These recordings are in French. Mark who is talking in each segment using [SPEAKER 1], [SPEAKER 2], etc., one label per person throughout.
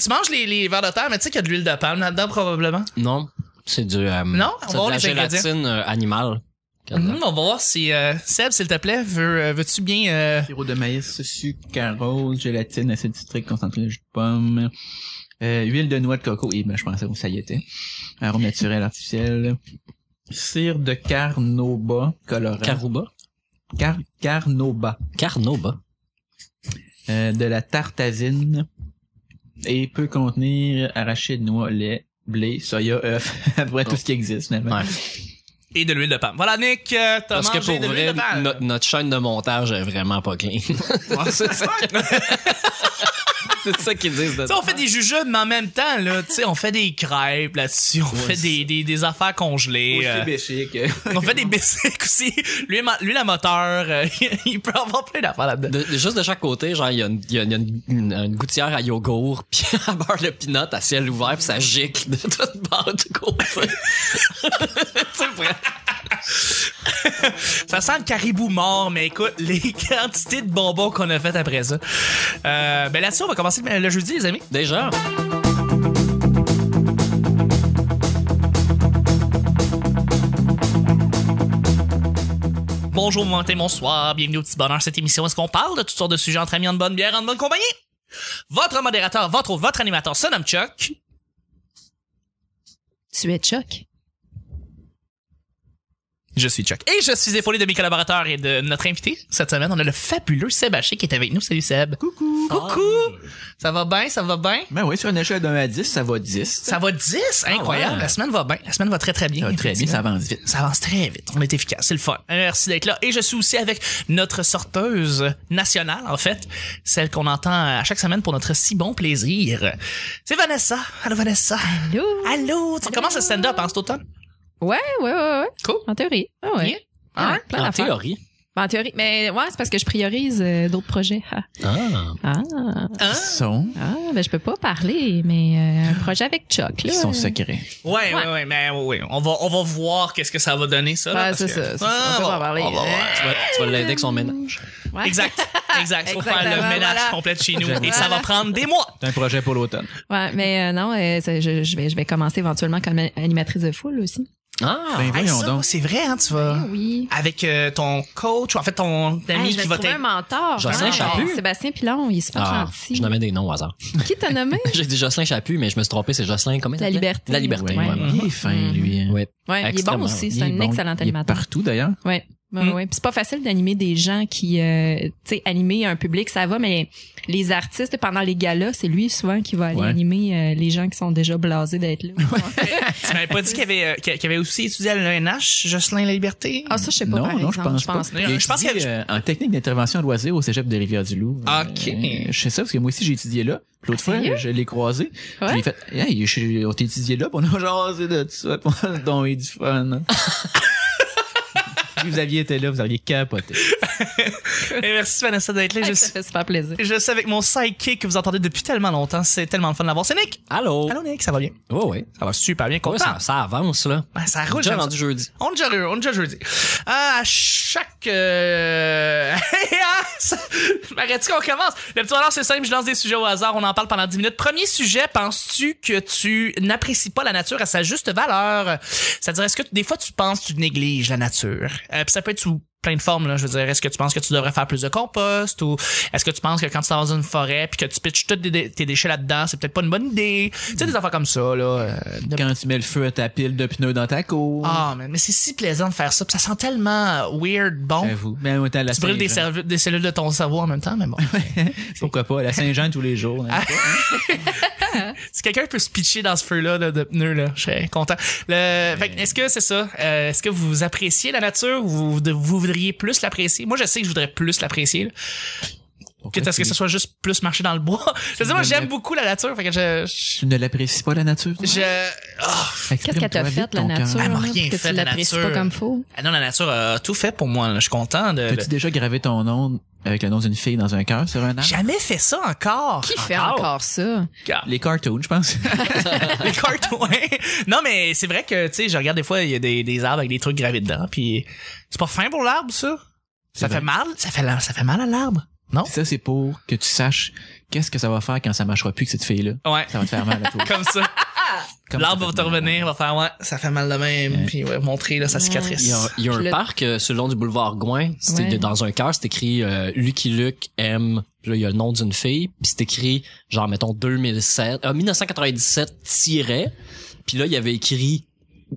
[SPEAKER 1] Tu manges les, les vers de terre, mais tu sais qu'il y a de l'huile de palme là-dedans, probablement.
[SPEAKER 2] Non, c'est du. euh,
[SPEAKER 1] Non, on
[SPEAKER 2] c'est
[SPEAKER 1] va voir
[SPEAKER 2] de la
[SPEAKER 1] les ingrédients.
[SPEAKER 2] gélatine euh, animale.
[SPEAKER 1] Mhm, on va voir si. euh, Seb, s'il te plaît, veux, euh, veux-tu bien. euh,
[SPEAKER 3] Sirop de maïs, sucre, carose, gélatine, acide citrique, concentré de jus de pomme, euh, huile de noix de coco, et ben, je pensais où ça y était, arôme naturel artificiel, cire de carnauba,
[SPEAKER 2] euh,
[SPEAKER 3] colorant,
[SPEAKER 2] Carouba.
[SPEAKER 3] Car- carnauba,
[SPEAKER 2] Carnoba.
[SPEAKER 3] euh, de la tartazine, et peut contenir arachide, noix, lait, blé, soya, œufs, à peu près tout ce qui existe finalement.
[SPEAKER 2] Ouais.
[SPEAKER 1] Et de l'huile de palme. Voilà, Nick, euh, t'as
[SPEAKER 2] Parce
[SPEAKER 1] mangé
[SPEAKER 2] que pour
[SPEAKER 1] de l'huile
[SPEAKER 2] vrai,
[SPEAKER 1] de palme.
[SPEAKER 2] no- notre chaîne de montage est vraiment pas clean. c'est ça, c'est ça qu'ils disent. De...
[SPEAKER 1] Tu sais, on fait des jujubes, mais en même temps, là, tu sais, on fait des crêpes là-dessus, on fait des, des, des affaires congelées.
[SPEAKER 3] Aussi
[SPEAKER 1] euh,
[SPEAKER 3] béché que-
[SPEAKER 1] on fait des bicycles aussi. Lui, ma- lui, la moteur, euh, il peut avoir plein d'affaires là-dedans.
[SPEAKER 2] De- juste de chaque côté, genre, il y a, une, il y a une- une- une gouttière à yogourt, puis à beurre de peanut à ciel ouvert, puis ça gicle de toute part du côté. c'est vrai.
[SPEAKER 1] Ça sent le caribou mort, mais écoute, les quantités de bonbons qu'on a faites après ça. Euh, ben là-dessus, on va commencer le, le jeudi, les amis.
[SPEAKER 2] Déjà,
[SPEAKER 1] Bonjour, bon matin, bonsoir, bienvenue au petit bonheur cette émission. Est-ce qu'on parle de toutes sortes de sujets entre amis, en bonne bière, en bonne compagnie? Votre modérateur, votre hôte, votre animateur se nomme Chuck.
[SPEAKER 4] Tu es Chuck.
[SPEAKER 1] Je suis Chuck. Et je suis épaulé de mes collaborateurs et de notre invité cette semaine. On a le fabuleux Seb Haché qui est avec nous. Salut Seb. Coucou. Coucou. Ça va bien, ça va bien.
[SPEAKER 3] Ben oui, sur une échelle de 1 à 10, ça va 10.
[SPEAKER 1] Ça va 10. Incroyable.
[SPEAKER 2] ouais.
[SPEAKER 1] La semaine va bien. La semaine va très Ah très bien.
[SPEAKER 3] Ça va Euh, très bien, ça avance vite.
[SPEAKER 1] Ça avance très vite. On est efficace. C'est le fun. Merci d'être là. Et je suis aussi avec notre sorteuse nationale, en fait. Celle qu'on entend à chaque semaine pour notre si bon plaisir. C'est Vanessa. Allô, Vanessa.
[SPEAKER 4] Allô?
[SPEAKER 1] Allô. Tu commences le stand-up en cet automne?
[SPEAKER 4] Ouais, ouais, ouais, ouais.
[SPEAKER 1] Cool.
[SPEAKER 4] En théorie. Ah ouais.
[SPEAKER 1] Yeah.
[SPEAKER 4] Ah ouais, plein
[SPEAKER 2] en
[SPEAKER 4] d'affaires.
[SPEAKER 2] théorie.
[SPEAKER 4] Ben, en théorie. Mais ouais, c'est parce que je priorise euh, d'autres projets. Ah.
[SPEAKER 2] Ah.
[SPEAKER 4] Ah.
[SPEAKER 1] Hein?
[SPEAKER 3] Son,
[SPEAKER 4] Ah, ben, je peux pas parler, mais euh, un projet avec Chuck, là.
[SPEAKER 3] ils sont secrets.
[SPEAKER 1] Ouais, ouais,
[SPEAKER 4] Ouais.
[SPEAKER 1] ouais, mais oui, oui. On va, on va voir qu'est-ce que ça va donner, ça. là,
[SPEAKER 4] Ouais,
[SPEAKER 1] parce
[SPEAKER 4] c'est
[SPEAKER 1] que-
[SPEAKER 4] ça, c'est ça.
[SPEAKER 1] Ah,
[SPEAKER 4] On peut
[SPEAKER 1] bon,
[SPEAKER 4] pas en parler.
[SPEAKER 1] on va voir.
[SPEAKER 4] Hein?
[SPEAKER 2] Tu vas, tu vas l'aider avec son ménage.
[SPEAKER 4] Ouais.
[SPEAKER 1] Exact, exact. Faut faire le
[SPEAKER 4] Exactement,
[SPEAKER 1] ménage
[SPEAKER 4] voilà.
[SPEAKER 1] complet de chez nous.
[SPEAKER 4] J'avoue.
[SPEAKER 1] Et ça va prendre des mois.
[SPEAKER 3] C'est un projet pour l'automne.
[SPEAKER 4] Ouais, mais euh, non, euh, c'est- je, je vais, je vais commencer éventuellement comme animatrice de foule aussi. Eh
[SPEAKER 2] Ah.
[SPEAKER 3] Ben
[SPEAKER 1] Hey,
[SPEAKER 3] voyons
[SPEAKER 1] ça,
[SPEAKER 3] donc.
[SPEAKER 1] C'est vrai, hein, tu vas.
[SPEAKER 4] Ben oui.
[SPEAKER 1] Avec euh, ton coach, ou en fait ton
[SPEAKER 4] Ah,
[SPEAKER 1] ami
[SPEAKER 4] je vais
[SPEAKER 1] qui va
[SPEAKER 4] trouver un
[SPEAKER 1] t'aider.
[SPEAKER 4] mentor.
[SPEAKER 2] Jocelyn
[SPEAKER 4] Ah,
[SPEAKER 2] Chaput?
[SPEAKER 4] Sébastien Pilon, il est super
[SPEAKER 2] Ah,
[SPEAKER 4] gentil.
[SPEAKER 2] je nommais des noms au hasard.
[SPEAKER 4] Qui t'a nommé?
[SPEAKER 2] J'ai dit Jocelyn Chaput, mais je me suis trompé, c'est Jocelyn, comment il
[SPEAKER 4] La
[SPEAKER 2] s'appelait?
[SPEAKER 4] Liberté.
[SPEAKER 2] La liberté,
[SPEAKER 4] Ouais.
[SPEAKER 2] ouais. ouais.
[SPEAKER 3] Il est fin, lui. hein.
[SPEAKER 2] Ouais.
[SPEAKER 4] Ouais, il est bon
[SPEAKER 2] Extrêmement.
[SPEAKER 4] aussi.
[SPEAKER 3] Il
[SPEAKER 4] C'est
[SPEAKER 3] est
[SPEAKER 4] un
[SPEAKER 3] bon.
[SPEAKER 4] excellent
[SPEAKER 3] Il est
[SPEAKER 4] animateur.
[SPEAKER 3] partout, d'ailleurs.
[SPEAKER 4] Ouais. Ouais,
[SPEAKER 1] Mm.
[SPEAKER 4] ouais. Puis c'est pas facile d'animer des gens qui, euh, tu sais, animer un public, ça va, mais les artistes, pendant les galas, c'est lui souvent qui va aller
[SPEAKER 3] Ouais.
[SPEAKER 4] animer euh, les gens qui sont déjà blasés d'être là.
[SPEAKER 1] Tu m'avais pas dit qu'il avait, euh, qu'il qu'il avait aussi étudié à l'ENH, Jocelyn La Liberté?
[SPEAKER 4] Ah, ça, je sais pas.
[SPEAKER 3] non,
[SPEAKER 4] par
[SPEAKER 3] non, je
[SPEAKER 4] exemple.
[SPEAKER 3] pense,
[SPEAKER 1] pas.
[SPEAKER 3] pas.
[SPEAKER 1] Je
[SPEAKER 3] J'ai
[SPEAKER 1] pense
[SPEAKER 3] étudié,
[SPEAKER 1] qu'il y
[SPEAKER 3] euh, en technique d'intervention à loisir au cégep de Rivière-du-Loup.
[SPEAKER 1] Ok.
[SPEAKER 3] Euh, je sais ça parce que moi aussi, j'ai étudié là. Puis L'autre
[SPEAKER 4] Ah,
[SPEAKER 3] fois,
[SPEAKER 4] sérieux?
[SPEAKER 3] je l'ai croisé.
[SPEAKER 4] Ouais?
[SPEAKER 3] J'ai fait, hey, je suis- on t'a étudié là, puis on a jasé de tout ça, puis on a tombé du fun. si vous aviez été là, vous auriez capoté.
[SPEAKER 1] Et Eh, merci Vanessa d'être là.
[SPEAKER 4] Ah,
[SPEAKER 1] Je
[SPEAKER 4] ça
[SPEAKER 1] suis,
[SPEAKER 4] fait super plaisir.
[SPEAKER 1] je suis avec mon sidekick que vous entendez depuis tellement longtemps. C'est tellement le fun d'avoir. C'est Nick.
[SPEAKER 2] Allô?
[SPEAKER 1] Allô, Nick, ça va bien?
[SPEAKER 2] Oh, ouais.
[SPEAKER 1] Ça va super bien.
[SPEAKER 2] Ouais,
[SPEAKER 1] Content.
[SPEAKER 2] ça, ça avance, là.
[SPEAKER 1] Ben, ça roule,
[SPEAKER 2] Déjà
[SPEAKER 1] j'aime ça.
[SPEAKER 2] rendu jeudi.
[SPEAKER 1] On est déjà, heureux, on est déjà jeudi. Euh, À chaque... Euh... ça- M'arrête-tu qu'on commence? Le petit bonheur, c'est simple, je lance des sujets au hasard, on en parle pendant 10 minutes. Premier sujet, penses-tu que tu n'apprécies pas la nature à sa juste valeur? C'est-à-dire, est-ce que tu- des fois tu penses que tu négliges la nature? Euh, Puis ça peut être sous plein de formes, là. Je veux dire, est-ce que tu penses que tu devrais faire plus de compost ou est-ce que tu penses que quand tu t'en vas dans une forêt puis que tu pitches tous tes dé- tes déchets là-dedans, c'est peut-être pas une bonne idée? Tu sais, des affaires comme ça, là. euh, de-
[SPEAKER 3] Quand tu mets le feu à ta pile de pneus dans ta cour.
[SPEAKER 1] ah, man, mais c'est si plaisant de faire ça. puis ça sent tellement euh, weird, bon.
[SPEAKER 3] J'avoue. Mais en même temps, à la
[SPEAKER 1] tu brûles des,
[SPEAKER 3] Saint-Jean.
[SPEAKER 1] cerve- des cellules de ton cerveau en même temps, mais bon.
[SPEAKER 3] Pourquoi pas? À La Saint-Jean tous les jours. hein.
[SPEAKER 1] si quelqu'un peut se pitcher dans ce feu-là de, de pneus, là, je serais content. Le, fait que, est-ce que c'est ça? Euh, est-ce que vous appréciez la nature ou vous, de- vous voudriez plus l'apprécier? Moi, je sais que je voudrais plus l'apprécier. là. Quitte à ce que ce soit juste plus marcher dans le bois. Je veux dire, moi, j'aime beaucoup la nature. Fait que je...
[SPEAKER 3] Tu ne l'apprécies pas, la nature?
[SPEAKER 1] je- je- oh,
[SPEAKER 4] Qu'est-ce qu'elle t'a fait, la nature?
[SPEAKER 1] Elle m'a
[SPEAKER 4] là,
[SPEAKER 1] rien
[SPEAKER 4] que
[SPEAKER 1] fait,
[SPEAKER 4] tu
[SPEAKER 1] la
[SPEAKER 4] l'apprécies
[SPEAKER 1] nature.
[SPEAKER 4] pas comme faux.
[SPEAKER 1] ah non, la nature a tout fait pour moi. là. Je suis content de...
[SPEAKER 3] T'as-tu déjà gravé ton nom avec le nom d'une fille dans un cœur sur un arbre?
[SPEAKER 1] Jamais fait ça encore.
[SPEAKER 4] Qui fait encore ça?
[SPEAKER 1] Encore.
[SPEAKER 3] Les cartoons, je pense.
[SPEAKER 1] les cartons. Non, mais c'est vrai que, tu sais, je regarde des fois, il y a des, des arbres avec des trucs gravés dedans, puis c'est pas fin pour l'arbre, ça? Ça fait mal? Ça fait, la- ça fait mal à l'arbre? Non?
[SPEAKER 3] Puis Ça, c'est pour que tu saches qu'est-ce que ça va faire quand ça marchera plus que cette fille-là.
[SPEAKER 1] Ouais.
[SPEAKER 3] Ça va te faire mal à toi.
[SPEAKER 1] Comme ça.
[SPEAKER 3] Comme
[SPEAKER 1] L'arbre va
[SPEAKER 3] ça fait
[SPEAKER 1] te
[SPEAKER 3] mal.
[SPEAKER 1] revenir, va faire ouais, ça fait mal de même,
[SPEAKER 3] Ouais.
[SPEAKER 1] puis ouais, montrer là, sa cicatrice.
[SPEAKER 2] Il y a, il y a un
[SPEAKER 4] Puis le-
[SPEAKER 2] parc euh, sur le long du boulevard Gouin. C'est
[SPEAKER 4] Ouais.
[SPEAKER 2] de- dans un cœur, c'est écrit euh, Lucky Luke M. Puis là, il y a le nom d'une fille. Puis c'est écrit, genre, mettons, 2007, euh, 1997 tiret. Puis là, il y avait écrit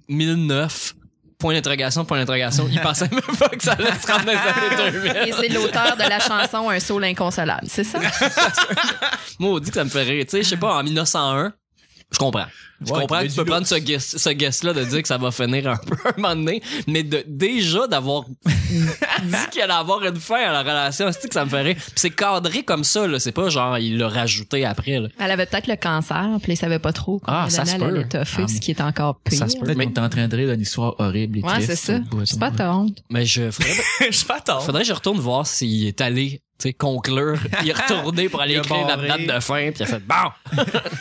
[SPEAKER 2] 1009. Point d'interrogation, point d'interrogation. Il pensait même pas que ça allait se rendre dans les années
[SPEAKER 4] Et
[SPEAKER 2] 2000.
[SPEAKER 4] c'est l'auteur de la chanson Un saut inconsolable, c'est ça?
[SPEAKER 2] Maudit que ça me fait rire. Tu sais, je sais pas, en 1901, je comprends. Je
[SPEAKER 3] Ouais,
[SPEAKER 2] comprends
[SPEAKER 3] il y
[SPEAKER 2] que
[SPEAKER 3] a
[SPEAKER 2] tu
[SPEAKER 3] du
[SPEAKER 2] peux prendre ce guess, ce guess-là de dire que ça va finir un peu un moment donné, mais de, déjà d'avoir dit qu'il allait avoir une fin à la relation, c'est que ça me fait rire. Puis c'est cadré comme ça, là. C'est pas genre, il l'a rajouté après, là.
[SPEAKER 4] Elle avait peut-être le cancer, puis elle savait pas trop.
[SPEAKER 2] Ah,
[SPEAKER 4] combien
[SPEAKER 2] ça
[SPEAKER 4] d'années
[SPEAKER 2] se
[SPEAKER 4] elle
[SPEAKER 2] peut.
[SPEAKER 4] allait toffer,
[SPEAKER 3] Ah,
[SPEAKER 4] ce
[SPEAKER 3] mais-
[SPEAKER 4] qui est encore pire.
[SPEAKER 2] Ça se peut.
[SPEAKER 3] Peut-être
[SPEAKER 2] Mais-
[SPEAKER 3] qu'on t'entraînerait dans une histoire horrible et
[SPEAKER 4] Ouais,
[SPEAKER 3] triste.
[SPEAKER 4] c'est ça.
[SPEAKER 3] au bout,
[SPEAKER 4] C'est pas
[SPEAKER 3] ouais.
[SPEAKER 4] ta honte.
[SPEAKER 2] Mais je faudrait,
[SPEAKER 1] Je suis pas tort.
[SPEAKER 2] faudrait que je retourne voir s'il est allé, tu sais, conclure. Il est retourné pour aller
[SPEAKER 1] Il a
[SPEAKER 2] écrire la
[SPEAKER 1] barré.
[SPEAKER 2] date de fin, puis il a fait, bon!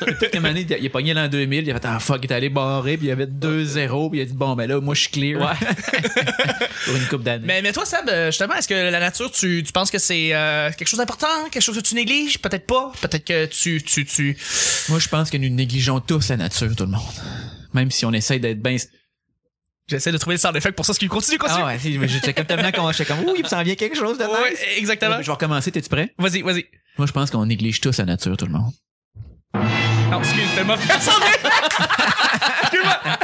[SPEAKER 3] Peut-être qu'à un moment donné, il a- il est pogné l'an 2000, il a fait ah fuck, il est allé barrer, puis il y avait 2-0, puis il a dit bon ben là, moi je suis clear. Pour une coupe d'années.
[SPEAKER 1] Mais, mais toi, Seb, euh, justement, est-ce que la nature, tu, tu penses que c'est euh, quelque chose d'important, quelque chose que tu négliges? Peut-être pas. Peut-être que tu, tu, tu.
[SPEAKER 3] Moi je pense que nous négligeons tous la nature, tout le monde. Même si on essaye d'être bien.
[SPEAKER 1] J'essaie de trouver le sound effect pour ça, ce qui continue, continue.
[SPEAKER 3] Ah ouais, si, mais j'étais comme tellement con, j'étais comme ouh, il me s'en vient quelque chose de
[SPEAKER 1] Ah Ouais,
[SPEAKER 3] nice.
[SPEAKER 1] exactement.
[SPEAKER 3] Je vais recommencer, t'es-tu prêt?
[SPEAKER 1] Vas-y, vas-y.
[SPEAKER 3] Moi je pense qu'on néglige tous la nature, tout le monde.
[SPEAKER 1] Non, excuse, c'était mauvais. Excuse-moi.
[SPEAKER 4] Ah,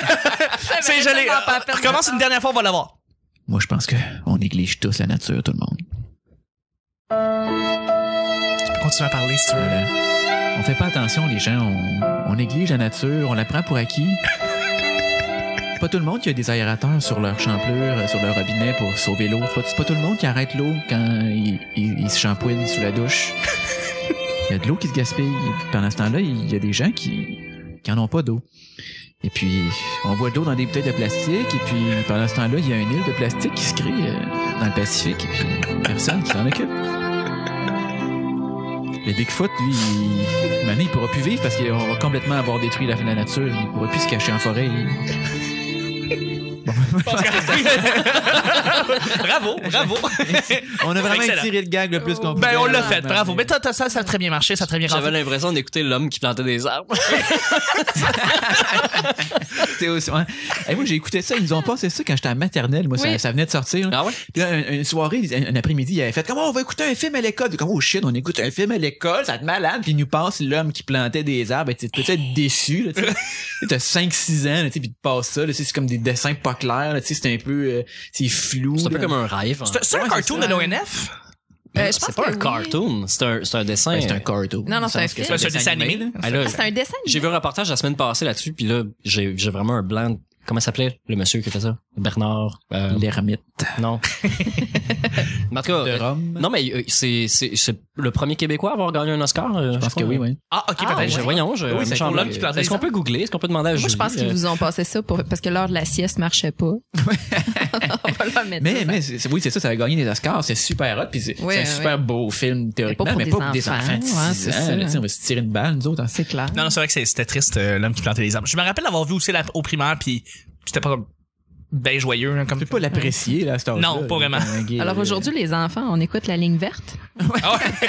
[SPEAKER 1] C'est gelé. euh, Recommence une dernière fois, on va l'avoir.
[SPEAKER 3] Moi je pense que on néglige tous la nature, tout le monde.
[SPEAKER 1] Tu peux continuer à parler si tu veux.
[SPEAKER 3] Voilà. On fait pas attention, les gens. On, on néglige la nature, on la prend pour acquis. pas tout le monde qui a des aérateurs sur leur champlure, euh, sur leur robinet pour sauver l'eau. C'est pas, c'est pas tout le monde qui arrête l'eau quand il, il- il se shampouine sous la douche. Il y a de l'eau qui se gaspille. Pendant ce temps-là, il y a des gens qui, qui en ont pas d'eau. Et puis, on voit de l'eau dans des bouteilles de plastique. Et puis, pendant ce temps-là, il y a une île de plastique qui se crée euh, dans le Pacifique. Et puis, personne qui s'en occupe. Le Bigfoot, lui, il... maintenant, il pourra plus vivre parce qu'on va complètement avoir détruit la, la nature. Il pourra plus se cacher en forêt. Il-
[SPEAKER 1] bravo, bravo.
[SPEAKER 3] On a vraiment
[SPEAKER 1] Excellent.
[SPEAKER 3] tiré le gag le plus
[SPEAKER 1] ben,
[SPEAKER 3] qu'on pouvait,
[SPEAKER 1] on l'a
[SPEAKER 3] là,
[SPEAKER 1] fait,
[SPEAKER 3] mais-
[SPEAKER 1] bravo. Mais t'as- t'as- ça, ça a très bien marché, ça a très bien
[SPEAKER 2] J'avais
[SPEAKER 1] rendu.
[SPEAKER 2] l'impression d'écouter l'homme qui plantait des arbres.
[SPEAKER 3] C'était aussi- ouais. Et moi, j'ai écouté ça. Ils nous ont passé ça quand j'étais à maternelle. Moi, ça- ça,
[SPEAKER 4] Oui.
[SPEAKER 3] venait de sortir. là.
[SPEAKER 2] Ah ouais?
[SPEAKER 3] Puis là, une, une soirée, un, un après-midi, il avait fait comment on va écouter un film à l'école. J'ai Comme oh shit, on écoute un film à l'école, ça te malade. Puis il nous passe l'homme qui plantait des arbres. Et t'es peut-être déçu. là, tu sais. T'as 5-6 ans, là, tu sais, puis tu passes ça. là, tu sais, C'est comme des dessins pas clairs. là, tu sais, C'est un peu, euh, c'est flou.
[SPEAKER 2] C'est un peu
[SPEAKER 3] là.
[SPEAKER 2] comme un rêve. hein.
[SPEAKER 1] C'est- C'est un
[SPEAKER 3] Ouais,
[SPEAKER 1] cartoon de
[SPEAKER 4] c'est ça.
[SPEAKER 1] l'ONF?
[SPEAKER 4] Euh, je
[SPEAKER 2] Hmm, C'est
[SPEAKER 4] pense
[SPEAKER 2] pas
[SPEAKER 4] que
[SPEAKER 2] un
[SPEAKER 4] oui.
[SPEAKER 2] cartoon, c'est un, c'est un dessin.
[SPEAKER 3] Ben, c'est un cartoon.
[SPEAKER 4] Non, non, c'est
[SPEAKER 3] Dans
[SPEAKER 4] un
[SPEAKER 3] le sens que
[SPEAKER 4] film.
[SPEAKER 1] C'est un dessin animé.
[SPEAKER 3] là.
[SPEAKER 2] Ah, là,
[SPEAKER 4] Ah, C'est un dessin.
[SPEAKER 2] J'ai vu un reportage la semaine passée là-dessus, puis là, j'ai j'ai vraiment un blanc. Comment s'appelait le monsieur qui a fait ça? Bernard. euh,
[SPEAKER 3] L'ermite
[SPEAKER 2] Non. Mais en tout cas,
[SPEAKER 3] de Rome.
[SPEAKER 2] non, mais euh, c'est c'est- c'est le premier Québécois à avoir gagné un Oscar. euh,
[SPEAKER 3] je pense que
[SPEAKER 2] crois.
[SPEAKER 3] oui, oui.
[SPEAKER 1] Ah, ok,
[SPEAKER 4] Ah,
[SPEAKER 1] peut-être.
[SPEAKER 2] Je,
[SPEAKER 1] j'ai-
[SPEAKER 4] ouais.
[SPEAKER 2] Voyons, je,
[SPEAKER 1] Oui, c'est
[SPEAKER 2] je-
[SPEAKER 1] pour l'homme qui plantait
[SPEAKER 2] Est-ce
[SPEAKER 1] les
[SPEAKER 2] qu'on peut googler? Est-ce qu'on peut demander à
[SPEAKER 4] Moi, je pense
[SPEAKER 2] Julie,
[SPEAKER 4] qu'ils
[SPEAKER 2] euh,
[SPEAKER 4] vous ont passé ça pour, parce que l'heure de la sieste marchait pas. On va leur mettre ça,
[SPEAKER 3] Mais,
[SPEAKER 4] ça.
[SPEAKER 3] mais c'est- c'est- oui, c'est ça, ça a gagné des Oscars, c'est super hot, puis c'est
[SPEAKER 4] Oui,
[SPEAKER 3] c'est un
[SPEAKER 4] oui.
[SPEAKER 3] super beau film théoriquement, mais
[SPEAKER 4] Mais
[SPEAKER 3] pas pour des enfants de 6
[SPEAKER 4] ouais, c'est
[SPEAKER 3] ans.
[SPEAKER 4] ça.
[SPEAKER 3] là, tu sais, on va se tirer une balle, nous autres. hein. en-
[SPEAKER 4] C'est clair.
[SPEAKER 1] Non, non, c'est vrai que c'est- c'était triste, euh, l'homme qui plantait les arbres. Je me rappelle l'avoir vu aussi la- au primaire, puis c'était pas comme ben joyeux, hein, comme.
[SPEAKER 3] Tu peux pas l'apprécier, là, à cet âge-là,
[SPEAKER 1] Non, pas
[SPEAKER 3] là,
[SPEAKER 1] vraiment.
[SPEAKER 3] t'es un gay,
[SPEAKER 4] Alors
[SPEAKER 3] là.
[SPEAKER 4] aujourd'hui, les enfants, on écoute la ligne verte.
[SPEAKER 1] Ah ouais.
[SPEAKER 3] Ah,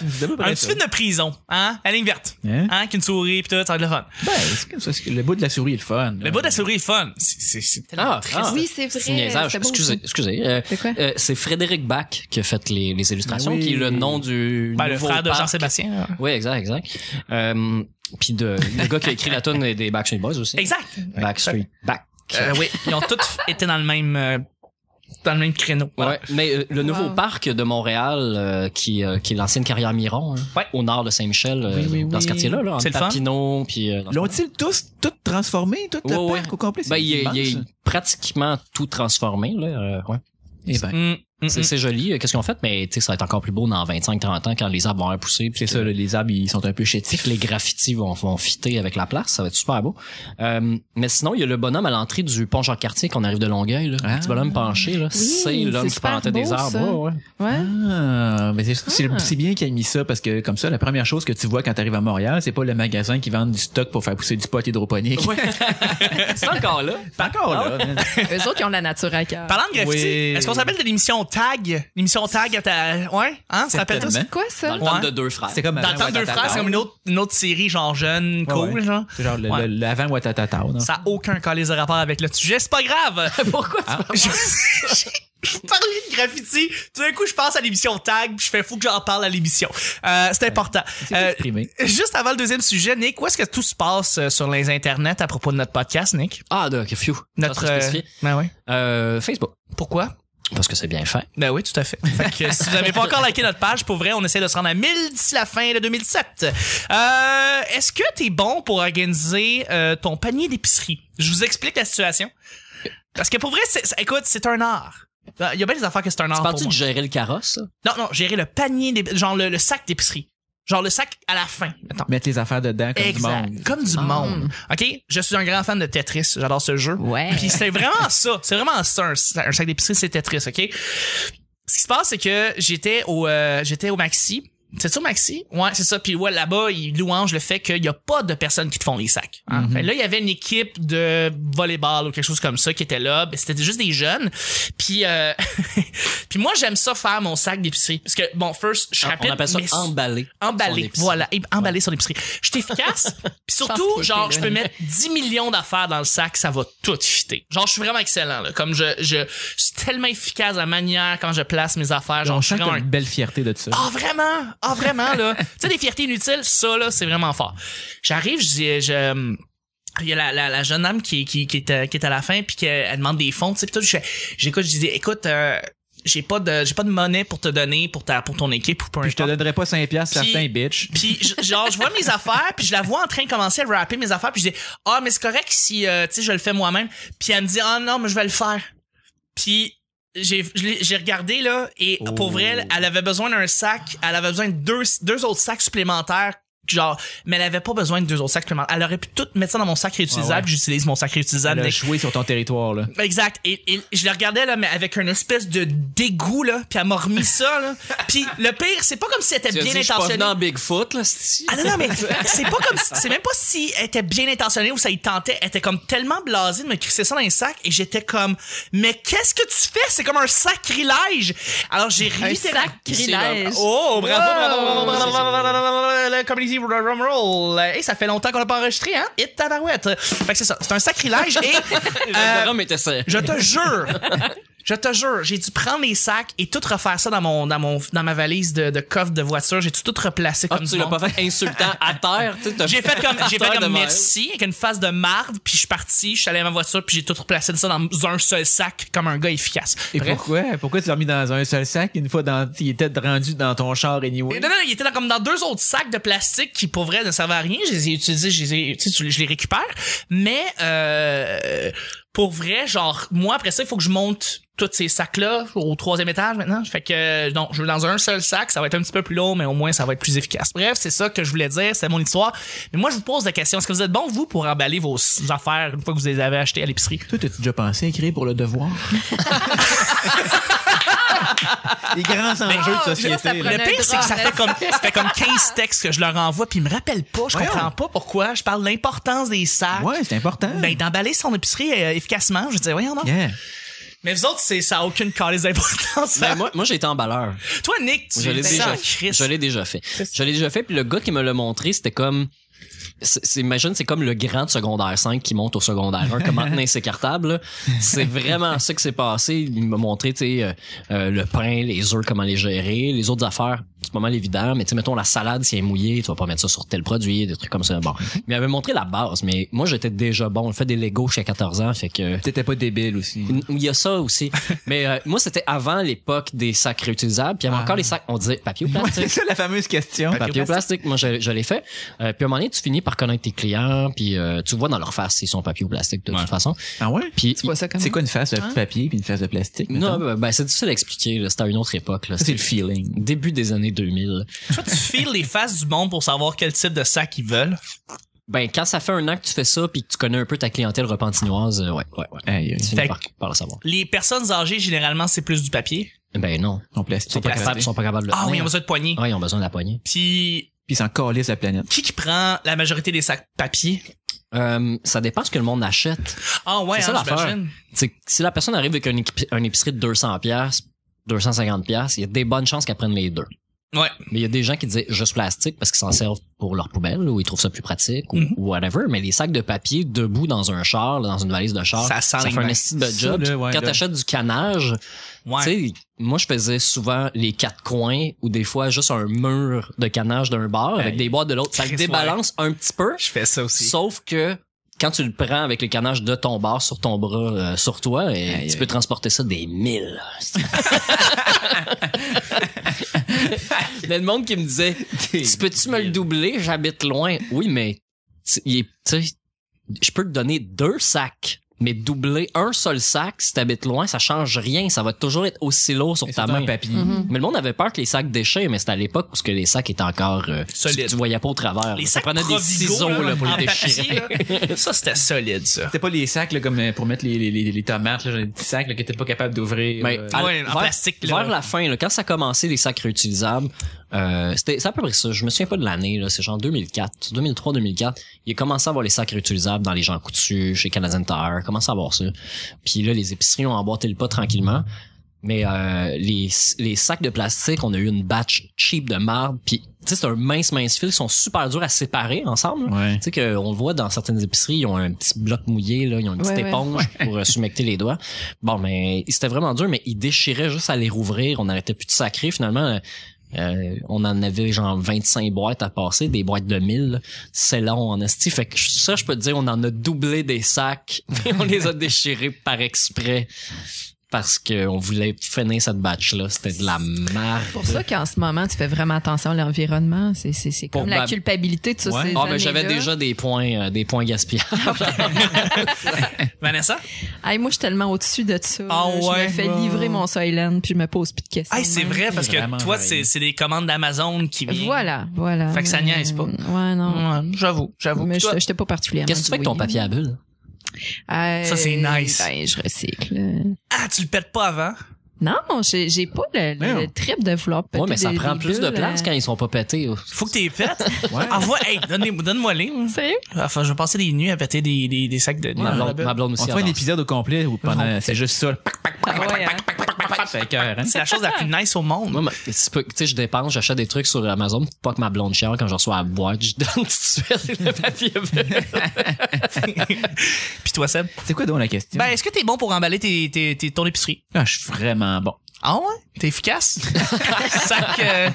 [SPEAKER 3] Tu me dis pas
[SPEAKER 1] un
[SPEAKER 3] pareil,
[SPEAKER 1] petit
[SPEAKER 3] ça.
[SPEAKER 1] film de prison, hein? La ligne verte.
[SPEAKER 3] Hein?
[SPEAKER 1] Hein? Qu'une souris, pis tout, ça va être le fun.
[SPEAKER 3] Ben, c'est comme ça, c'est que le bout de la souris est le fun.
[SPEAKER 1] Le bout de la souris est fun. C'est- C'est c'est tellement
[SPEAKER 2] Ah,
[SPEAKER 1] triste.
[SPEAKER 2] ah,
[SPEAKER 4] Oui, c'est
[SPEAKER 2] c'est
[SPEAKER 4] vrai,
[SPEAKER 2] niaisage.
[SPEAKER 4] c'est beau
[SPEAKER 2] Excusez,
[SPEAKER 4] aussi.
[SPEAKER 2] excusez. euh,
[SPEAKER 4] C'est quoi?
[SPEAKER 2] euh, c'est Frédéric Bach qui a fait les, les illustrations,
[SPEAKER 3] Ben oui.
[SPEAKER 2] qui est le nom du
[SPEAKER 1] Ben, le
[SPEAKER 2] nouveau
[SPEAKER 1] frère de
[SPEAKER 2] parc.
[SPEAKER 1] Jean-Sébastien. là.
[SPEAKER 2] Oui, exact, exact. Euh, puis de, le gars qui a écrit la tonne des Backstreet Boys aussi.
[SPEAKER 1] Exact.
[SPEAKER 2] Backstreet Back.
[SPEAKER 1] Euh, oui, ils ont tous été dans le même, euh, dans le même créneau. Voilà.
[SPEAKER 2] Ouais, mais euh, le nouveau
[SPEAKER 4] Wow.
[SPEAKER 2] parc de Montréal, euh, qui, euh, qui est l'ancienne carrière Miron, hein,
[SPEAKER 1] Ouais.
[SPEAKER 2] au nord de Saint-Michel, euh,
[SPEAKER 3] Oui, oui,
[SPEAKER 2] dans
[SPEAKER 3] oui.
[SPEAKER 2] ce quartier-là, là,
[SPEAKER 1] C'est
[SPEAKER 2] entre
[SPEAKER 1] le fun.
[SPEAKER 2] Papineau, puis... euh, dans-
[SPEAKER 3] L'ont-ils tous, tout transformé, tout le
[SPEAKER 2] Ouais, ouais.
[SPEAKER 3] parc au complet?
[SPEAKER 2] ben,
[SPEAKER 3] C'est
[SPEAKER 2] il, est- il est
[SPEAKER 3] immense.
[SPEAKER 2] pratiquement tout transformé, là. euh, ouais.
[SPEAKER 3] Eh ben,
[SPEAKER 1] Mm, mm,
[SPEAKER 2] C'est
[SPEAKER 1] mm.
[SPEAKER 2] c'est joli, euh, qu'est-ce qu'on fait, mais tu sais, ça va être encore plus beau dans 25-30 ans quand les arbres vont être poussés. puis
[SPEAKER 3] c'est
[SPEAKER 2] que-
[SPEAKER 3] ça, là, les arbres, ils sont un peu chétifs.
[SPEAKER 2] que les graffitis vont, vont fitter avec la place, ça va être super beau. Euh, mais sinon, il y a le bonhomme à l'entrée du pont Jacques-Cartier qu'on arrive de Longueuil, là.
[SPEAKER 3] Ah.
[SPEAKER 2] le petit bonhomme penché, là. c'est l'homme
[SPEAKER 4] c'est
[SPEAKER 2] qui
[SPEAKER 4] super
[SPEAKER 2] plantait
[SPEAKER 4] beau,
[SPEAKER 2] des arbres.
[SPEAKER 4] ça.
[SPEAKER 2] Ouais, ouais.
[SPEAKER 4] Ouais.
[SPEAKER 3] Ah, mais c'est- c'est c'est bien qu'il ait mis ça parce que comme ça, la première chose que tu vois quand t'arrives à Montréal, c'est pas le magasin qui vend du stock pour faire pousser du pot hydroponique.
[SPEAKER 2] C'est encore là.
[SPEAKER 3] C'est encore là. hein. man.
[SPEAKER 1] Ah
[SPEAKER 4] Eux autres, ils ont la nature à cœur.
[SPEAKER 1] Parlant de graffiti,
[SPEAKER 3] Oui.
[SPEAKER 1] est-ce qu'on se rappelle de l'émission Tag. L'émission Tag à ta... Ouais? Hein? Ça s'appelle
[SPEAKER 3] Certainement.
[SPEAKER 1] ça?
[SPEAKER 4] C'est quoi ça?
[SPEAKER 2] Dans le temps
[SPEAKER 1] Ouais.
[SPEAKER 2] de deux frères.
[SPEAKER 3] C'est comme
[SPEAKER 1] Dans le temps de deux frères, c'est comme une autre, une autre série genre jeune, cool,
[SPEAKER 3] ouais. Ah.
[SPEAKER 1] genre.
[SPEAKER 3] C'est genre le-
[SPEAKER 1] Ouais.
[SPEAKER 3] le- l'avant Watatata. non?
[SPEAKER 1] Ça n'a aucun calice de rapport avec le sujet. C'est pas grave.
[SPEAKER 2] Pourquoi tu
[SPEAKER 1] je je parlais de graffiti. Tout d'un coup, je pense à l'émission Tag, puis je fais fou que j'en parle à l'émission. Euh, c'est important.
[SPEAKER 3] C'est
[SPEAKER 1] Euh,
[SPEAKER 3] exprimé.
[SPEAKER 1] juste avant le deuxième sujet, Nick, où est-ce que tout se passe euh, sur les internets à propos de notre podcast, Nick?
[SPEAKER 2] Ah, de phew.
[SPEAKER 1] Notre,
[SPEAKER 2] Ça, c'est spécifié.
[SPEAKER 1] Ben oui.
[SPEAKER 2] Euh, Facebook.
[SPEAKER 1] Pourquoi?
[SPEAKER 2] Parce que c'est bien fait.
[SPEAKER 1] Ben oui, tout à fait. Fait que si vous n'avez pas encore liké notre page, pour vrai, on essaie de se rendre à 1000 d'ici la fin de 2007. Euh, Est-ce que t'es bon pour organiser euh, ton panier d'épicerie? Je vous explique la situation. Parce que pour vrai, c'est- c'est- écoute, c'est un art. Ah, Il y a bien des affaires que c'est un
[SPEAKER 2] Tu
[SPEAKER 1] art pour
[SPEAKER 2] parles-tu
[SPEAKER 1] moi.
[SPEAKER 2] de gérer le carrosse, là?
[SPEAKER 1] Non, non, gérer le panier, d'ép- genre le, le sac d'épicerie. Genre le sac à la fin, mettons.
[SPEAKER 3] Mettre les affaires dedans comme
[SPEAKER 1] Exact.
[SPEAKER 3] du monde.
[SPEAKER 1] Comme du
[SPEAKER 4] Ah.
[SPEAKER 1] monde. OK? Je suis un grand fan de Tetris. J'adore ce jeu.
[SPEAKER 4] Ouais.
[SPEAKER 1] Puis c'est vraiment ça. C'est vraiment ça, un, un sac d'épicerie, c'est Tetris, OK? Ce qui se passe, c'est que j'étais au, euh, j'étais au Maxi. C'est ça, au Maxi? Ouais, c'est ça. Puis ouais, là-bas, ils louangent le fait qu'il n'y a pas de personnes qui te font les sacs. hein.
[SPEAKER 2] Mhm.
[SPEAKER 1] Fait que là, il y avait une équipe de volleyball ou quelque chose comme ça qui était là. Ben, C'était juste des jeunes. Puis, euh, puis moi, j'aime ça faire mon sac d'épicerie. Parce que, bon, first, je suis rapide.
[SPEAKER 2] Ah, On appelle ça
[SPEAKER 1] mais
[SPEAKER 2] emballer. son
[SPEAKER 1] emballé
[SPEAKER 2] épicerie.
[SPEAKER 1] voilà et- emballé sur l'épicerie je suis efficace puis
[SPEAKER 4] pense
[SPEAKER 1] surtout
[SPEAKER 4] qu'il
[SPEAKER 1] genre
[SPEAKER 4] était
[SPEAKER 1] je
[SPEAKER 4] là.
[SPEAKER 1] peux mettre 10 millions d'affaires dans le sac ça va tout fitter genre je suis vraiment excellent là comme je je, je suis tellement efficace à la manière quand je place mes affaires genre
[SPEAKER 3] On
[SPEAKER 1] je suis
[SPEAKER 3] sent que
[SPEAKER 1] vraiment
[SPEAKER 3] t'as
[SPEAKER 1] un
[SPEAKER 3] une belle fierté de ça.
[SPEAKER 1] ah vraiment, ah vraiment là. tu sais des fiertés inutiles, ça là, c'est vraiment fort. J'arrive, je dis je il y a la, la, la jeune dame qui, qui, qui, est, à- qui est à la fin puis qu'elle elle demande des fonds, tu sais puis tout, je fais- j'écoute, je dis écoute euh, j'ai pas de j'ai pas de monnaie pour te donner pour ta pour ton équipe ou peu
[SPEAKER 3] Puis je te
[SPEAKER 1] importe.
[SPEAKER 3] donnerais pas 5 piastres,
[SPEAKER 1] Puis-
[SPEAKER 3] certain bitch.
[SPEAKER 1] Puis je- genre je vois mes affaires, puis je la vois en train de commencer à rapper mes affaires, puis je dis "Ah mais c'est correct si euh, tu sais je le fais moi-même." Puis elle me dit "Ah non, mais je vais le faire." Puis j'ai je l'ai- j'ai regardé là et pour vrai,
[SPEAKER 2] Oh.
[SPEAKER 1] elle- elle avait besoin d'un sac, elle avait besoin de deux deux autres sacs supplémentaires genre mais elle avait pas besoin de deux autres sacs supplémentaires. Elle aurait pu tout mettre ça dans mon sac réutilisable,
[SPEAKER 2] Ah
[SPEAKER 3] Ouais, ouais.
[SPEAKER 1] j'utilise mon sac réutilisable
[SPEAKER 3] Elle a
[SPEAKER 1] dès-
[SPEAKER 3] joué sur ton territoire, là.
[SPEAKER 1] Exact. Et, et je la regardais là, mais avec une espèce de dégoût là, puis elle m'a remis ça là. Puis le pire, c'est pas comme si c'était
[SPEAKER 2] Tu as
[SPEAKER 1] bien
[SPEAKER 2] dit, je suis pas
[SPEAKER 1] intentionné.
[SPEAKER 2] venu en Bigfoot, là, c'est-tu?
[SPEAKER 1] Ah non, non, mais c'est pas comme si- c'est même pas si elle était bien intentionnée ou ça y tentait. Elle était comme tellement blasée de me crisser ça dans les sacs et j'étais comme, mais qu'est-ce que tu fais? C'est comme un sacrilège! Alors j'ai
[SPEAKER 4] Un
[SPEAKER 1] littéralement-
[SPEAKER 4] sacrilège.
[SPEAKER 1] Oh, bravo, bravo, bravo,
[SPEAKER 4] Wow.
[SPEAKER 1] bravo, bravo, bravo, bravo, le community drum roll. Et ça fait longtemps qu'on l'a pas enregistré, hein? Et tabarouette. Fait que c'est ça. C'est un sacrilège et, euh,
[SPEAKER 2] Le homme était ça.
[SPEAKER 1] je te jure. Je te jure, j'ai dû prendre les sacs et tout refaire ça dans mon dans mon dans ma valise de, de coffre de voiture. J'ai dû tout replacé
[SPEAKER 2] Ah,
[SPEAKER 1] comme
[SPEAKER 2] tu
[SPEAKER 1] du
[SPEAKER 2] l'as
[SPEAKER 1] monde.
[SPEAKER 2] pas fait insultant à terre, tu sais, t'as
[SPEAKER 1] J'ai fait comme,
[SPEAKER 2] à
[SPEAKER 1] j'ai fait
[SPEAKER 2] terre
[SPEAKER 1] comme
[SPEAKER 2] devant elle.
[SPEAKER 1] merci avec une face de marde, puis je suis parti, je suis allé à ma voiture, puis j'ai tout replacé ça dans un seul sac comme un gars efficace.
[SPEAKER 3] Et
[SPEAKER 1] Bref.
[SPEAKER 3] pourquoi? Pourquoi tu l'as mis dans un seul sac une fois dans, il était rendu dans ton char
[SPEAKER 1] Et
[SPEAKER 3] anyway?
[SPEAKER 1] Non, non, il était dans- comme dans deux autres sacs de plastique qui, pour vrai, ne servaient à rien. Je les ai utilisés, je les, ai- tu sais, tu- je les récupère. Mais, euh, pour vrai, genre, moi, après ça, il faut que je monte tous ces sacs-là au troisième étage maintenant. Fait que, euh, non, je veux dans un seul sac. Ça va être un petit peu plus long, mais au moins, ça va être plus efficace. Bref, c'est ça que je voulais dire. C'est mon histoire. Mais moi, je vous pose la question. Est-ce que vous êtes bon, vous, pour emballer vos affaires une fois que vous les avez achetées à l'épicerie?
[SPEAKER 3] Toi, t'as-tu déjà pensé à écrire pour le devoir? Les grands enjeux de
[SPEAKER 4] ça, ça
[SPEAKER 3] société.
[SPEAKER 4] prenait-
[SPEAKER 3] là.
[SPEAKER 1] Le
[SPEAKER 4] un
[SPEAKER 1] pire, c'est que ça
[SPEAKER 4] drap.
[SPEAKER 1] fait comme, ça fait comme 15 textes que je leur envoie, puis ils me rappellent pas. Je comprends pas pourquoi. Je parle de l'importance des sacs.
[SPEAKER 3] Ouais, c'est important.
[SPEAKER 1] Ben, d'emballer son épicerie euh, efficacement. Je dis, voyons, non.
[SPEAKER 3] Yeah.
[SPEAKER 1] Mais vous autres, c'est, ça a aucune calice d'importance.
[SPEAKER 2] Ben, moi, moi j'ai été emballeur.
[SPEAKER 1] Toi, Nick, tu
[SPEAKER 2] Je l'ai
[SPEAKER 1] fais ça
[SPEAKER 2] déjà
[SPEAKER 1] en
[SPEAKER 2] fait.
[SPEAKER 1] crise.
[SPEAKER 2] Je l'ai déjà fait. Je l'ai déjà fait, puis le gars qui me l'a montré, c'était comme. c'est- c'est- Imagine, c'est comme le grand de secondaire 5 qui monte au secondaire 1 comme en tenant ses cartables. là. C'est vraiment ça qui s'est passé. Il m'a montré tu sais, euh, euh, le pain, les œufs, comment les gérer, les autres affaires, c'est pas mal évident, mais tu sais, mettons la salade, si elle est mouillée, tu vas pas mettre ça sur tel produit, des trucs comme ça. Bon. Mais il avait montré la base, mais moi j'étais déjà bon. On fait des Legos chez 14 ans, fait que.
[SPEAKER 3] T'étais pas débile aussi.
[SPEAKER 2] N- Il y a ça aussi. Mais euh, moi, c'était avant l'époque des sacs réutilisables. Puis il y avait encore les sacs, on disait papier ou plastique.
[SPEAKER 3] C'est ça la fameuse question.
[SPEAKER 2] Ah. Papier au plastique, moi je, je l'ai fait. Euh, puis à un moment donné, tu finis par connaître tes clients, puis euh, tu vois dans leur face s'ils sont papier ou plastique de toute façon.
[SPEAKER 3] Ah ouais? Hein?
[SPEAKER 2] Puis
[SPEAKER 4] Tu vois ça comme
[SPEAKER 3] C'est quoi une face de papier puis une face de plastique?
[SPEAKER 2] non,
[SPEAKER 3] mettons?
[SPEAKER 2] ben, ben, c'est difficile à expliquer. là. C'était à une autre époque. là.
[SPEAKER 3] Ça, c'est le feeling.
[SPEAKER 2] Début des années 2000.
[SPEAKER 1] Toi, tu files les faces du monde pour savoir quel type de sac ils veulent.
[SPEAKER 2] Ben quand ça fait un an que tu fais ça, puis que tu connais un peu ta clientèle repentinoise, euh, ouais, ouais, ouais.
[SPEAKER 3] Aïe, aïe.
[SPEAKER 2] Tu
[SPEAKER 1] Fait
[SPEAKER 2] finis par, par le savoir.
[SPEAKER 1] Les personnes âgées, généralement, c'est plus du papier.
[SPEAKER 2] Ben non,
[SPEAKER 3] Ton
[SPEAKER 2] ils sont
[SPEAKER 3] plastique.
[SPEAKER 2] pas capables, ils sont pas capables de. le
[SPEAKER 1] Ah oui,
[SPEAKER 2] tenir.
[SPEAKER 1] on a besoin de poignée.
[SPEAKER 2] Ouais, ils ont besoin de la poignée.
[SPEAKER 1] Puis,
[SPEAKER 3] Puis ils s'en calissent la planète.
[SPEAKER 1] qui qui prend la majorité des sacs papier?
[SPEAKER 2] Euh, ça dépend ce que le monde achète.
[SPEAKER 1] Ah ouais,
[SPEAKER 2] C'est ça
[SPEAKER 1] hein,
[SPEAKER 2] l'affaire.
[SPEAKER 1] j'imagine.
[SPEAKER 2] T'sais, si la personne arrive avec une, épi- une épicerie de 200 pièces 250$, piastres, il y a des bonnes chances qu'elles prennent les deux.
[SPEAKER 1] Ouais.
[SPEAKER 2] Mais il y a des gens qui disaient juste plastique parce qu'ils s'en servent pour leur poubelle ou ils trouvent ça plus pratique ou
[SPEAKER 3] Mm-hmm.
[SPEAKER 1] Mhm.
[SPEAKER 2] ou whatever. Mais les sacs de papier debout dans un char, là, dans une valise de char,
[SPEAKER 1] Ça sent les
[SPEAKER 2] fait un
[SPEAKER 1] mains.
[SPEAKER 2] esti de
[SPEAKER 3] Ça,
[SPEAKER 2] job.
[SPEAKER 3] là, ouais,
[SPEAKER 2] Quand
[SPEAKER 3] là.
[SPEAKER 2] t'achètes du canage,
[SPEAKER 1] Ouais.
[SPEAKER 2] tu sais, moi je faisais souvent les quatre coins ou des fois juste un mur de canage d'un bar avec
[SPEAKER 1] Hey.
[SPEAKER 2] des boîtes de l'autre. Ça le
[SPEAKER 1] Chris,
[SPEAKER 2] débalance un petit peu.
[SPEAKER 1] je fais ça aussi.
[SPEAKER 2] Sauf que quand tu le prends avec le canage de ton bar sur ton bras, euh, sur toi, et
[SPEAKER 3] Aïe,
[SPEAKER 2] tu
[SPEAKER 3] aïe.
[SPEAKER 2] peux transporter ça des milles. mais le monde qui me disait, tu peux-tu me le doubler? J'habite loin. Oui, mais tu- il est- tu sais, je peux te donner deux sacs. Mais doubler un seul sac, si t'habites loin, ça change rien. Ça va toujours être aussi lourd sur
[SPEAKER 3] Et
[SPEAKER 2] ta
[SPEAKER 3] surtout
[SPEAKER 2] main. Mm-hmm.
[SPEAKER 3] en papier.
[SPEAKER 4] Mhm.
[SPEAKER 2] Mais le monde avait peur que les sacs déchets, mais c'était à l'époque où ce que les sacs étaient encore euh,
[SPEAKER 1] Solides.
[SPEAKER 2] Tu, tu voyais pas au travers.
[SPEAKER 1] Les
[SPEAKER 2] là. ça
[SPEAKER 1] sacs
[SPEAKER 2] prenait des
[SPEAKER 1] Provigo,
[SPEAKER 2] ciseaux
[SPEAKER 1] là,
[SPEAKER 2] là, pour
[SPEAKER 1] en
[SPEAKER 2] les déchirer.
[SPEAKER 1] papier, là. ça, c'était solide, ça.
[SPEAKER 3] C'était pas les sacs là, comme euh, pour mettre les, les, les, les tomates, là, genre des petits sacs là, que t'es pas capable d'ouvrir.
[SPEAKER 2] Mais
[SPEAKER 3] euh,
[SPEAKER 2] Ben, à-
[SPEAKER 1] Ah ouais, en plastique, là.
[SPEAKER 2] vers la fin, là, quand ça a commencé les sacs réutilisables, euh, c'était c'est à peu près ça. Je me souviens pas de l'année, là, c'est genre 2004, 2003-2004. Il a commencé à avoir les sacs réutilisables dans les gens coutus, chez Canadian Tire, commence à avoir ça. Puis là, les épiceries ont emboîté le pas tranquillement. Mais euh, les, les sacs de plastique, on a eu une batch cheap de marde. Puis, tu sais, c'est un mince, mince fil. Ils sont super durs à séparer ensemble. là.
[SPEAKER 3] Ouais.
[SPEAKER 2] Tu sais qu'on le voit dans certaines épiceries, ils ont un petit bloc mouillé, là, ils ont une petite
[SPEAKER 4] Ouais, ouais.
[SPEAKER 2] éponge pour euh, soumecter les doigts. Bon, mais c'était vraiment dur, mais ils déchiraient juste à les rouvrir. On n'arrêtait plus de sacrer. Finalement, euh, euh, on en avait genre 25 boîtes à passer, des boîtes de 1000. là. C'est long en esti. Fait que ça, je peux te dire, on en a doublé des sacs. mais on les a déchirés par exprès parce qu'on voulait finir cette batch-là. C'était de la merde.
[SPEAKER 4] C'est pour ça qu'en ce moment, tu fais vraiment attention à l'environnement. C'est, c'est, c'est comme la
[SPEAKER 2] Probable-
[SPEAKER 4] culpabilité de toutes
[SPEAKER 3] Ouais.
[SPEAKER 4] ces
[SPEAKER 2] Ah, ben,
[SPEAKER 4] années-là.
[SPEAKER 2] j'avais déjà des points, euh, des points gaspillage.
[SPEAKER 1] Vanessa?
[SPEAKER 4] Hey, moi, je suis tellement au-dessus de ça.
[SPEAKER 1] Ah
[SPEAKER 4] là.
[SPEAKER 1] ouais.
[SPEAKER 4] je me fais livrer mon Soylent, puis je me pose plus de questions.
[SPEAKER 1] Hey, c'est vrai, parce
[SPEAKER 3] Vraiment
[SPEAKER 1] que toi,
[SPEAKER 3] vrai.
[SPEAKER 1] c'est c'est des commandes d'Amazon qui viennent.
[SPEAKER 4] Voilà, voilà.
[SPEAKER 1] Fait que ça
[SPEAKER 4] Mais,
[SPEAKER 1] niaise pas.
[SPEAKER 4] Ouais, non.
[SPEAKER 1] Ouais, j'avoue, j'avoue.
[SPEAKER 4] Mais
[SPEAKER 1] Puis toi,
[SPEAKER 4] je j'étais pas particulièrement.
[SPEAKER 2] Qu'est-ce que tu fais avec ton
[SPEAKER 4] douée.
[SPEAKER 2] papier à bulles?
[SPEAKER 4] Euh,
[SPEAKER 1] Ça, c'est nice.
[SPEAKER 4] Ben, je recycle.
[SPEAKER 1] Ah, tu le pètes pas avant?
[SPEAKER 4] Non, j'ai, j'ai pas le, le-
[SPEAKER 3] Non.
[SPEAKER 4] le trip de vouloir péter
[SPEAKER 2] Ouais, mais ça
[SPEAKER 4] des-
[SPEAKER 2] prend
[SPEAKER 4] des
[SPEAKER 2] plus de
[SPEAKER 4] bulles,
[SPEAKER 2] place
[SPEAKER 4] euh.
[SPEAKER 2] quand ils sont pas pétés. oh,
[SPEAKER 1] Faut que t'es pètes.
[SPEAKER 3] Ouais.
[SPEAKER 2] Ah,
[SPEAKER 1] Envoie, hey, donnez- donne-moi les. moi.
[SPEAKER 4] Sérieux?
[SPEAKER 1] Enfin, je vais passer des nuits à péter des, des, des sacs de.
[SPEAKER 2] Ma blonde, ma blonde
[SPEAKER 3] On
[SPEAKER 2] aussi.
[SPEAKER 3] fait un
[SPEAKER 2] adore
[SPEAKER 3] épisode au complet où pendant, c'est juste ça.
[SPEAKER 4] Ah ouais, hein?
[SPEAKER 3] C'est écœurant.
[SPEAKER 1] C'est la chose la plus nice au
[SPEAKER 2] ça.
[SPEAKER 1] monde.
[SPEAKER 2] Moi, ma- tu peux- tu sais, je dépense, j'achète des trucs sur Amazon, pas que ma blonde chiale quand je reçois la boîte, je donne tout de suite le papier.
[SPEAKER 1] Puis toi, Seb?
[SPEAKER 3] C'est quoi donc la question?
[SPEAKER 1] Ben, est-ce que t'es bon pour emballer tes, tes, tes- ton épicerie?
[SPEAKER 3] Ah, je suis vraiment bon.
[SPEAKER 1] Ah ouais? T'es efficace? Sac. euh,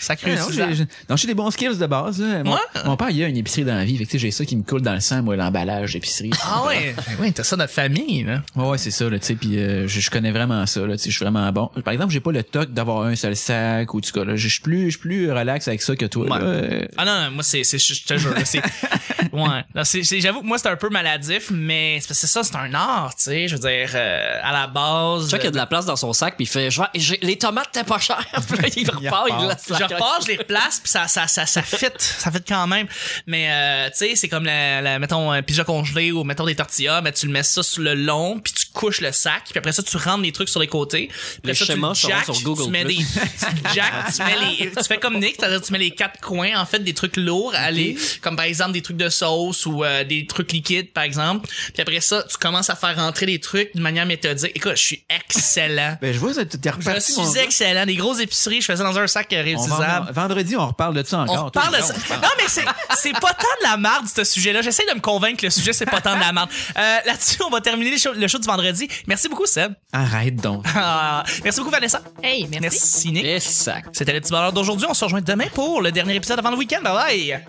[SPEAKER 1] Sac
[SPEAKER 3] Ah non,
[SPEAKER 1] réussi.
[SPEAKER 3] j'ai- j'ai- non, j'ai des bons skills de base. là. Mon,
[SPEAKER 1] Ouais.
[SPEAKER 3] mon père, il a une épicerie dans la vie. Fait que, tu sais, j'ai ça qui me coule dans le sang, moi, l'emballage d'épicerie.
[SPEAKER 1] Ah ouais? Ben ouais, t'as ça dans la famille, là.
[SPEAKER 3] Ouais, ouais, c'est ça, là, tu sais, puis euh, je, je connais vraiment ça, là, tu sais, je suis vraiment bon. Par exemple, j'ai pas le toc d'avoir un seul sac, ou en tout cas, là, je suis plus, je suis plus relax avec ça que toi, là.
[SPEAKER 1] Ouais.
[SPEAKER 3] Euh,
[SPEAKER 1] Ah non, non, moi c'est c'est je te jure, c'est ouais. Non, c'est- c'est- j'avoue que moi c'est un peu maladif, mais c'est parce que ça c'est un art, tu sais, je veux dire euh, à la base.
[SPEAKER 2] Tu vois qu'il y a de la place dans son sac, puis il fait je vais- j'ai- Les tomates, t'es pas cher. Puis là, il repart, il
[SPEAKER 3] repart.
[SPEAKER 2] laisse
[SPEAKER 1] je
[SPEAKER 2] la
[SPEAKER 1] repars, je les replace, puis ça, ça, ça, ça fit, ça fit quand même. Mais, euh, tu sais, c'est comme, la, la- mettons, un pizza congelé ou, mettons, des tortillas, mais tu le mets ça sur le long, puis tu couches le sac, puis après ça, tu rentres les trucs sur les côtés. Puis
[SPEAKER 2] Les
[SPEAKER 1] après ça, tu
[SPEAKER 2] schémas seront
[SPEAKER 1] jacks,
[SPEAKER 2] sur Google+.
[SPEAKER 1] Tu mets des, tu jacks, tu mets les, tu fais comme Nick, c'est-à-dire tu mets les quatre coins, en fait, des trucs lourds, à aller, comme par exemple des trucs de sauce ou euh, des trucs liquides, par exemple. Puis après ça, tu commences à faire rentrer les trucs de manière méthodique. Écoute, je suis excellent.
[SPEAKER 3] ben, je vois, ça, t'es
[SPEAKER 1] Je
[SPEAKER 3] reparti, mon
[SPEAKER 1] suis
[SPEAKER 3] gars.
[SPEAKER 1] excellent. Des grosses épiceries, je faisais dans un sac euh,
[SPEAKER 3] On
[SPEAKER 1] réutilisable.
[SPEAKER 3] vend- vendredi, on reparle de ça encore.
[SPEAKER 1] On
[SPEAKER 3] Toi,
[SPEAKER 1] parle de
[SPEAKER 3] non,
[SPEAKER 1] ça.
[SPEAKER 3] on parle.
[SPEAKER 1] Non, mais c'est, c'est pas tant de la marde, ce sujet-là. J'essaie de me convaincre que le sujet, c'est pas tant de la marde. Euh, là-dessus, on va terminer le show, le show du vendredi. Merci beaucoup, Seb.
[SPEAKER 3] Arrête donc.
[SPEAKER 1] Ah, merci beaucoup, Vanessa.
[SPEAKER 4] Hey, merci.
[SPEAKER 1] Merci, Nick.
[SPEAKER 2] Les sacs.
[SPEAKER 1] C'était le petit bonheur d'aujourd'hui. On se rejoint demain pour le dernier épisode avant le week-end. Bye bye.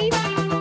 [SPEAKER 4] Bye!